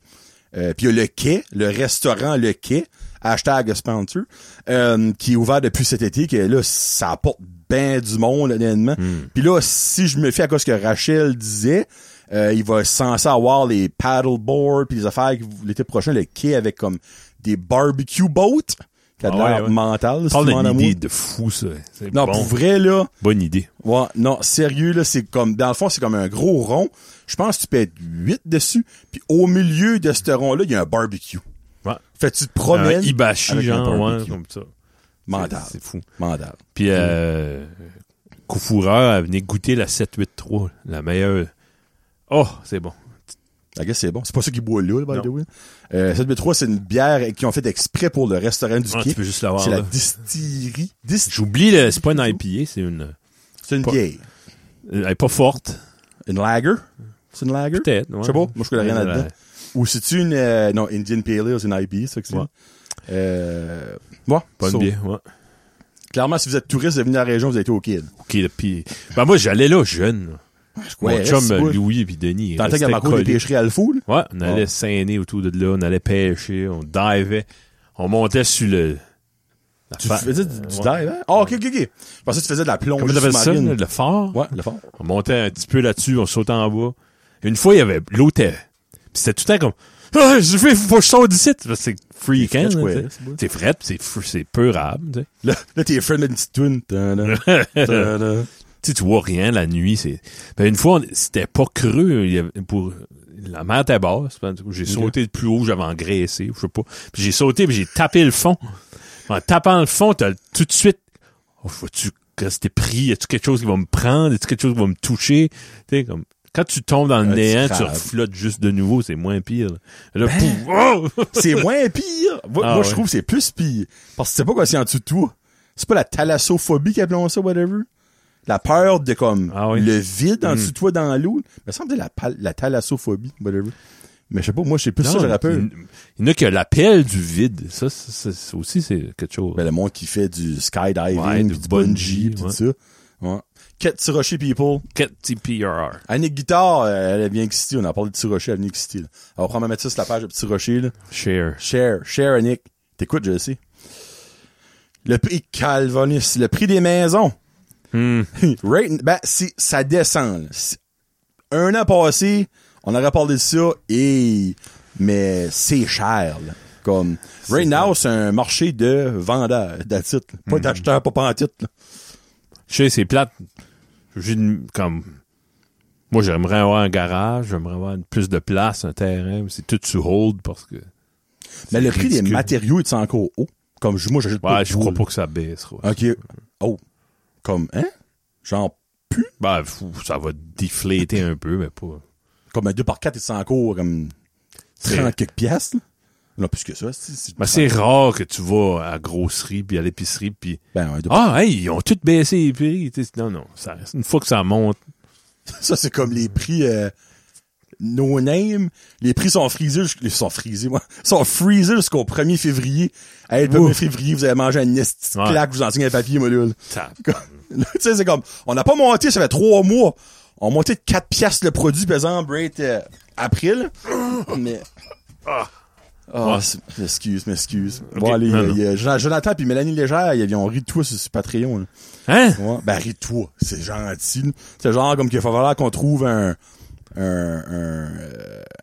Euh, puis il y a le quai, le restaurant Le Quai, hashtag sponsor, euh, qui est ouvert depuis cet été, que là, ça apporte ben du monde, honnêtement. Hmm. Puis là, si je me fie à ce que Rachel disait, euh, il va censé avoir les paddleboards puis les affaires qui- l'été prochain, le quai avec comme des barbecue boats, qui a de Ah ouais, l'air ouais. mental. Parle Simon d'une Lamour. idée de fou, ça. C'est Non, bon. pour vrai, là, Bonne idée. Ouais, non, sérieux, là, c'est comme, dans le fond, c'est comme un gros rond. Je pense que tu peux être 8 dessus, puis au milieu de ce rond-là, il y a un barbecue. Ouais. Fait que tu te Un promènes. hibashi, avec un genre, ouais, barbecue. comme ça. Mental. C'est c'est fou. Mental. Puis, euh, Koufoureur elle venait goûter la 783, la meilleure. Oh, c'est bon. I guess c'est bon. C'est pas ça qu'ils boivent là, by Non. the way. Euh, 7B3, c'est une bière qu'ils ont fait exprès pour le restaurant du Ah, Quai. tu peux juste l'avoir, C'est la là. distillerie. Dist- J'oublie, le- c'est pas une IPA, c'est une. C'est une Pas- bière. Elle est pas forte. Une lager? C'est une lager? Peut-être, ouais. Je sais pas. Moi, je connais rien Ouais, là-dedans. ouais. Ou c'est-tu une, euh, non, Indian Pale Ale, c'est une IPA, c'est ça que c'est? Ouais. Euh, ouais. Pas une So, bière, ouais. Clairement, si vous êtes touriste, vous venez à la région, vous avez été au Kiel. Ok, là, puis. Ben, moi, j'allais là jeune. Mon Ouais, chum, euh, reste, ouais. Louis puis Denis. ils T'entends qu'il y a restaient Marco des collés. pêcheries à le fou, là? Ouais, on allait Ah. s'aîner autour de là, on allait pêcher, on divait, on montait sur le. la Tu fa- faisais du, du ouais. dive, hein? Ah, ok, ok, ok. Je pensais que tu faisais de la plonge Comment t'appelles ça, là, sous-marine. le phare? Ouais, le fort. On montait un petit peu là-dessus, on sautait en bas. Une fois, il y avait l'eau était. Puis c'était tout le temps comme Ah, je vais, faut que je sorte d'ici! Parce que C'est freak, hein? T'es frais, là, quoi, tu sais. c'est beau. T'es fret, puis c'est fr- c'est peurable, tu sais. Là, là t'es friend d'une petite toune. Ta-da, tu ta-da. sais, tu vois rien la nuit, c'est. Ben, une fois, on- c'était pas creux. il y avait- pour... La mer était basse. ben, du coup, J'ai sauté de plus haut, j'avais engraissé, ou je sais pas. Puis j'ai sauté, puis j'ai tapé le fond. En tapant le fond, t'as tout de suite. Oh, faut-tu rester pris? Y a-tu quelque chose qui va me prendre? Y a-tu quelque chose qui va me toucher? Tu sais, comme. Quand tu tombes dans le Un petit Ben, néant, tu crabe. reflottes juste de nouveau, c'est moins pire. Là, Là, pouf, oh! c'est moins pire. Moi, Ah moi, je ouais. trouve que c'est plus pire. Parce que c'est pas quoi, c'est en dessous de toi. C'est pas la thalassophobie qui appelons ça, whatever. La peur de, comme, Ah oui. le vide en Mm. dessous de toi dans l'eau. Il me semble que c'est la, pal- la thalassophobie, whatever. Mais je sais pas, moi, je sais plus ça, Non, j'aurais peur. il- Il y en a qui a l'appel du vide. Ça, c'est- c'est- c'est aussi, c'est quelque chose. Ben, le monde qui fait du skydiving, Ouais, puis du du bungee, bungee, pis tout ouais. ça. Ouais. Quatre petits rochers, people. KTPRR. Annick Guitare, euh, elle vient excitée. On en parle de petits rochers, elle vient excitée. là. On va prendre mettre ça sur la page de petits rochers. Là. Share. Share, share, Annick. T'écoutes, je le sais. Le prix Calvanis, le prix des maisons. Hmm. Right, ben, c'est, ça descend. là. C'est- Un an passé, on aurait parlé de ça, et, mais c'est cher, là. Comme, right now, c'est un marché de vendeurs, d'attitude. Pas Hmm. d'acheteurs, pas pantites, là. Je sais, c'est plate. J'ai une- comme. Moi, j'aimerais avoir un garage, j'aimerais avoir une- plus de place, un terrain. mais C'est tout sous hold parce que. Mais le prix des ridicule. matériaux est encore haut. Comme je- moi, j'achète pas. Ouais, de je crois boule. pas que ça baisse. ouais. Ok. Oh. Comme, hein? Genre, Ben, fou, ça va défléter un peu, mais pas. comme un 2x4 est encore comme C'est- 30 quelques piastres, là. Non, plus que ça. si- si- Ben, c'est rare que tu vas à la grosserie puis à l'épicerie puis. Ben, un 2x4. Ah, hey, ils ont tout baissé les prix. tu sais. Non, non. ça- une fois que ça monte. Ça, c'est comme les prix, euh, no name. Les prix sont frisés, jusqu'- ils sont frisés, moi. Sont freezés jusqu'au 1er février. Hey, le 1er février, vous avez mangé un esti de Ouais. claque, je vous enseigne un papier, moi, là. Ça, Comme- là, tu sais, c'est comme, on n'a pas monté, ça fait trois mois. On a monté de 4 piastres le produit, par exemple, rate euh, april. Mais. Ah, c'est- m'excuse, m'excuse. Bon, allez, Non, non. il y a Jon- Jonathan puis Mélanie Légère, ils ont ri de toi sur, sur Patreon. là. Hein? Ouais. Ben, ri de toi, c'est gentil. là. C'est genre comme qu'il va falloir qu'on trouve un, un, un,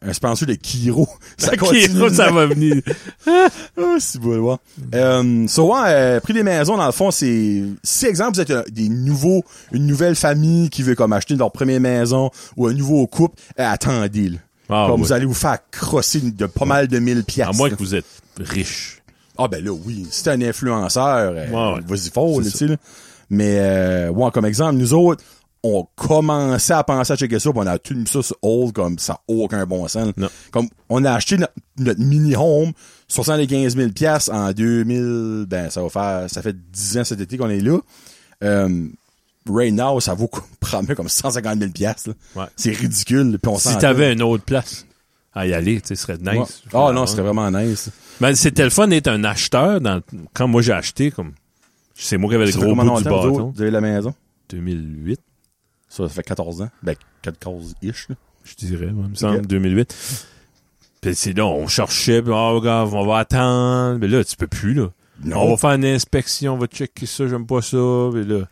un sponsor de Kiro. Ça Ben, Kiro, continue. ça va venir. Ah, c'est beau, ouais. Euh, so, ouais, euh, prix des maisons, dans le fond, c'est, si exemple, vous êtes euh, des nouveaux, une nouvelle famille qui veut comme acheter leur première maison ou un nouveau couple, euh, attendez, là. Ah, comme ouais. vous allez vous faire crosser de pas mal de mille piastres. À moins là. que vous êtes riche. Ah, ben là, oui. Si t'es un influenceur, euh, Ouais, ouais. vas-y fort, là, C'est tu sais, là. Mais, euh, ouais, comme exemple, nous autres, on commençait à penser à checker ça, puis on a tout mis ça sur hold, comme ça a aucun bon sens. là. Non. Comme, on a acheté notre, notre mini-home, 75 000 piastres en 2000, ben, ça va faire, ça fait 10 ans cet été qu'on est là. Euh, right now, ça vaut, probablement comme 150 000 piastres, là. Ouais. C'est ridicule, puis on Si s'entend. t'avais une autre place à y aller, tu sais, ce serait Ouais. nice. Ah non, c'était vraiment nice. Ben, c'était le fun d'être un acheteur. Dans... Quand moi, j'ai acheté, comme... C'est moi qui avais le Ça fait gros combien bout du longtemps, vous autres, bâton. vous avez la maison? 2008, Ça, ça fait 14 ans. Ben, 14-ish, là. je dirais, ouais, il me semble, Ok. 2008. Puis c'est là, on cherchait, puis, oh, regarde, on va attendre. Mais là, tu peux plus, là. On va faire une inspection, on va checker ça, j'aime pas ça. Puis là,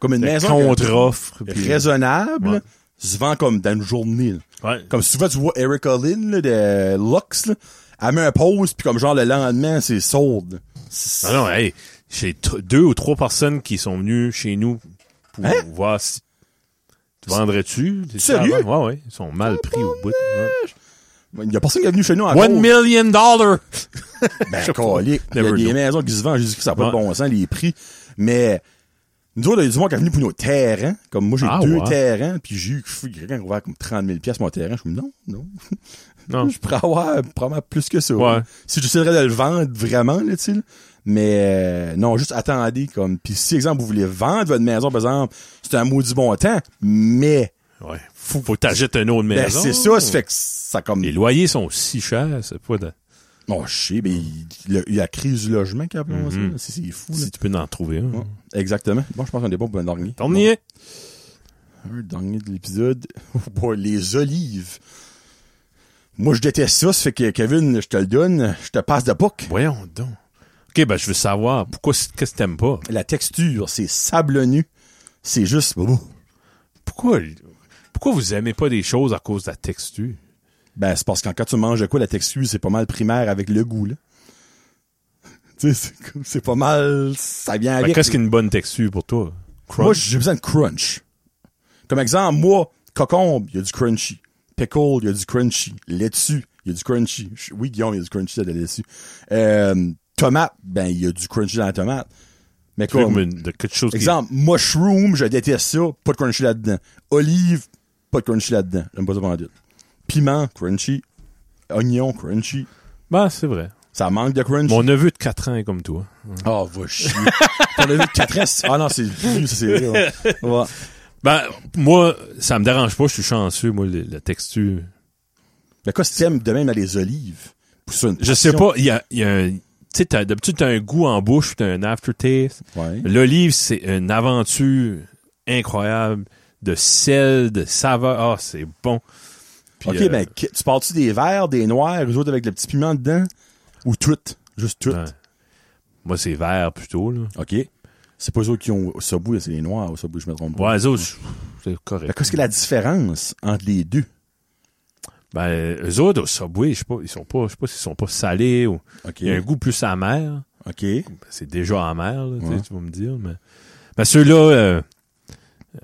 comme une maison contre-offre. que- puis- raisonnable, Ouais. là, se vend comme dans une journée. là. Ouais. Comme souvent, tu vois Erica Lynn là, de Lux, là, elle met un pause, puis comme genre le lendemain, c'est sold. C'est- Ah non, hey, j'ai t- deux ou trois personnes qui sont venues chez nous pour Hein? voir si. Tu vendrais-tu? des Sérieux? savants? Ouais, ouais. Ils sont mal pris au bout. Ouais. Il y a personne qui est venu chez nous encore. One million dollar! Ben, calique. Il y a Never des know. maisons qui se vendent, jésus ça n'a pas de Ouais. bon sens, les prix. Mais, nous autres, il y a du monde qui est venu pour nos terrains. Comme moi, j'ai Ah, deux ouais. terrains, puis j'ai eu fou, quelqu'un qui a ouvert comme 30 000 pièces mon terrain. Je me dis, non, non. Non. Je pourrais avoir probablement plus que ça. Ah. Ouais. Si j'essaierais de le vendre vraiment, là, tu sais, là. Mais euh, non, juste attendez. comme Puis si, exemple, vous voulez vendre votre maison, par exemple, c'est un maudit bon temps, mais Ouais. Faut, faut t'acheter une autre ben, maison. c'est ça, ça fait que ça comme... Les loyers sont si chers, c'est pas de- Oh, je sais, mais il le- il y a la crise du logement qui a appelé ça. Mm-hmm. là. C'est c'est fou, là. Si tu peux en trouver un. Ouais, Exactement. Bon, je pense qu'on est bon pour un dernier. Dernier. Un dernier de l'épisode. Bon, les olives. Moi, je déteste ça, ça fait que Kevin, je te le donne, je te passe de puck. Voyons donc. Ok, ben, je veux savoir. Pourquoi, c'est- qu'est-ce que t'aimes pas? La texture, c'est sablonneux. C'est juste. Ouh. Pourquoi, pourquoi vous aimez pas des choses à cause de la texture? Ben, c'est parce que quand tu manges de quoi, la texture, c'est pas mal primaire avec le goût, là. Tu sais, c'est comme- c'est pas mal. Ça vient Ben, avec. qu'est-ce qu'une bonne texture pour toi? Crunch? Moi, j'ai besoin de crunch. Comme exemple, moi, cocombe, il y a du crunchy. Pickle, il y a du crunchy. Laitue, il y a du crunchy. Ch- Oui, Guillaume, il y a du crunchy là, de la laitue. Euh, tomate, ben, il y a du crunchy dans la tomate. Mais Tu veux comme, me- de quelque chose qui- exemple, mushroom, je déteste ça, pas de crunchy là-dedans. Olive, pas de crunchy là-dedans. J'aime pas ça pendant tout. Piment, crunchy. Oignon, crunchy. Ben, c'est vrai. Ça manque de crunchy. Mon neveu de 4 ans est comme toi. Ah, va chier. T'en as vu 4 S. Ah non, c'est plus, ça, c'est vrai. ouais. Ouais. Ben, moi, ça me dérange pas, je suis chanceux, moi, le- la texture. Mais quoi, si t'aimes de même à les olives? Pour ça, une Je sais passion. pas, il y a, il y a un... Tu sais, t'as- d'habitude, t'as un goût en bouche, t'as un aftertaste. Ouais. L'olive, c'est une aventure incroyable de sel, de saveur. Ah, c'est bon. Puis, ok, euh, ben, qui- tu pars-tu des verts, des noirs, les autres avec le petit piment dedans? Ou tout? Juste tout. ouais. Moi, c'est vert plutôt, là. Ok. C'est pas eux autres qui ont au sabou, c'est les noirs au sabou, je me trompe pas. Ouais, les autres, c'est correct. Ben, qu'est-ce que la différence entre les deux? Ben, eux autres, au Subway, je sais pas, ils sont pas, je sais pas s'ils sont pas salés ou... Ok. Il y a un goût plus amer. Ok. Ben, c'est déjà amer, là, tu sais, Ouais. tu vas me dire. Mais, ben, ceux-là, euh,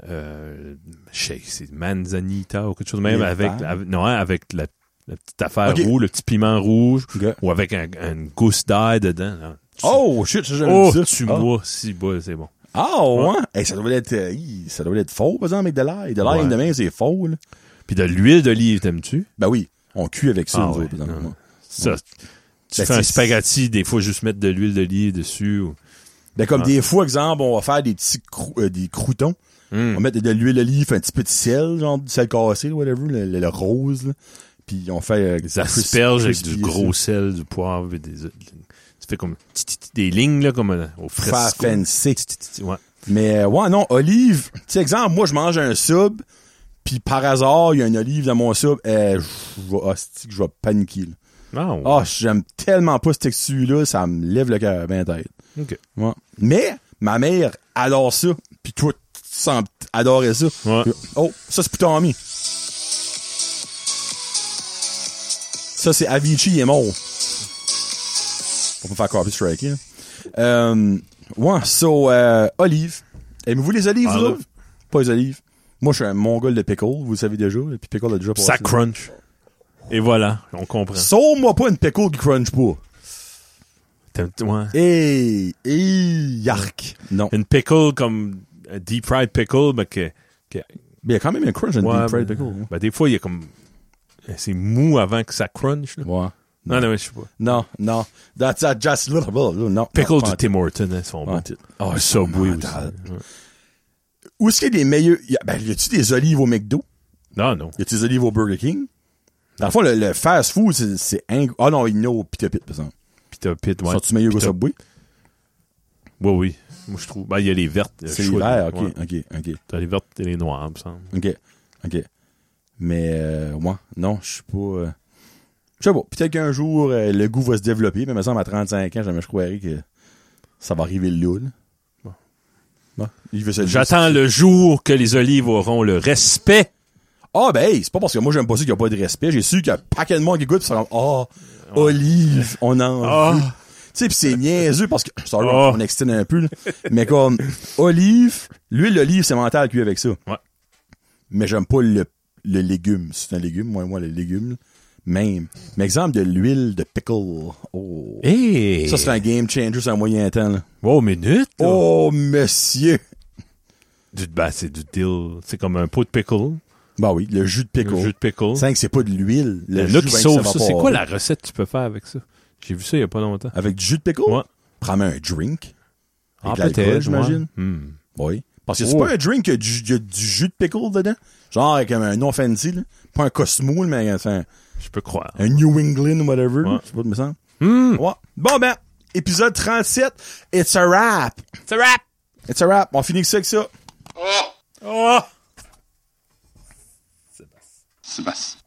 euh, je sais, c'est Manzanita ou quelque chose de même Les avec, verts. avec- non, hein, avec la, la petite affaire Ok. rouge, le petit piment rouge, Ok. ou avec un, une gousse d'ail dedans. là. Tu- Oh, shit, ça, j'aime Oh, ça. tu ah. mois, si bas, c'est bon. Ah, ouais. Hey, ça doit être, euh, hi, ça doit être faux, par exemple, avec de l'ail. De l'ail, Ouais. de même, c'est faux, là. Puis de l'huile d'olive, t'aimes-tu? Ben oui. On cuit avec ça, Ah, nous ouais, autres, par exemple. non. Ça, tu Ben, fais c'est- un spaghetti, des fois, juste mettre de l'huile d'olive dessus. ou- Ben, comme Ah. des fois, exemple, on va faire des petits crou- euh, des croutons. Hum. On met de, de l'huile d'olive, un petit peu de sel, genre du sel cassé, whatever, le, le- le rose, là. Puis on fait... euh, des asperges avec crispy du et gros ça. sel, du poivre, et des, tu fais comme ti- ti- ti- des lignes là comme euh, au Faire fresco. fancy. Ti- ti- ti- Ouais. Mais euh, ouais, non, olive... Tu sais, exemple, moi, je mange un sub, puis par hasard, il y a une olive dans mon sub. Euh, je vais... hostie que je vais paniquer, là. Non. Ah, j'aime tellement pas cette texture-là, ça me lève le cœur, ben tête. OK. Ouais. Mais ma mère adore ça, puis toi, tu sembles adorer ça. Ouais. Oh, ça, c'est pour ton ami. Ça, c'est Avicii, il est mort. On peut faire copy strike, hein. Euh, ouais, so, euh, olive. Aimez-vous les olives, vous Olive. autres? Pas les olives. Moi, je suis un mongol de pickle, vous le savez déjà, et puis pickle a déjà passé. Ça crunch. Et voilà, on comprend. Sauve-moi pas une pickle qui crunch pas. T'aimes- ouais. Hey, hey, yark. Non. Une pickle comme un deep fried pickle, mais que. que- Mais il y a quand même un crunch, une ouais, deep fried mais- pickle. hein. ben, des fois, il y a comme. C'est mou avant que ça crunch. Là. Ouais. Non, non, mais je sais pas. Non, non. That's a just little, little, non. Pickle Non, du pas- Tim Horton, hein, sont pas en bons. titre. Oh, Subway aussi. mental. Ouais. Où est-ce qu'il y a des meilleurs. y a- Ben, y a-tu des olives au McDo? Non, non. Y a-tu des olives au Burger King? Dans le fond, le, le fast food, c'est- c'est ing... Ah non, il y en a au Pita Pit, par exemple. Pita Pit, ouais. Sont-tu meilleurs au Pita- Subway? Oui, oui. Moi, je trouve. Ben, il y a les vertes. euh, C'est chouettes, l'hiver, ok, ouais. ok, ok, T'as les vertes et les noires, il me semble. ok, ok. Mais, euh, moi, non, je suis pas. euh, Je sais pas. Peut-être qu'un jour, euh, le goût va se développer, mais il me semble à 35 ans, jamais je croirais que ça va arriver le loul. Bon. Bon. Il veut se le J'attends le jour que les olives auront le respect. Ah ben hey, c'est pas parce que moi j'aime pas ça qu'il y a pas de respect. J'ai su qu'il y a un paquet de monde qui goûte pis sont comme Ah, olive, on en veut. Ah. Tu sais, pis c'est niaiseux parce que. Sorry, Ah. on extend un peu, là. Mais comme olive, l'huile d'olive, c'est mental cuit avec ça. Ouais. Mais j'aime pas le, le légume. C'est un légume, moi, moi, le légume. là. Même. Mais exemple de l'huile de pickle. Oh. Ah. Hé! Ça, c'est un game changer sur un moyen temps. Là. Wow, minute! là. Oh monsieur! Du, ben, c'est du deal. C'est comme un pot de pickle. Bah oui, le jus de pickle. Un jus de pickle. Cinq, c'est pas de l'huile. Il y Le en jus, a qui ben, sauvent va ça. pas. C'est quoi la recette que tu peux faire avec ça? J'ai vu ça il y a pas longtemps. Avec du jus de pickle? Ouais. prends un drink. Ah, Oh. Avec de l'alcool, peut-être, j'imagine. ouais. Hmm. Oui. Parce que c'est Oh. pas un drink qui a du, qui a du jus de pickle dedans. Genre avec un nom fancy, là. Pas un Cosmo, là, mais c'est un, Je peux croire. un New England ou whatever. là. Ouais. Je sais pas, me semble. Hmm. Ouais. Bon, ben, épisode 37. It's a wrap. C'est rap! It's a wrap. On finit que ça avec ça. Oh! Sébastien.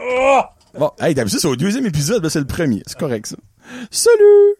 Oh. Bon, hey, d'habitude, c'est au deuxième épisode, là, c'est le premier. C'est correct, ça. Salut!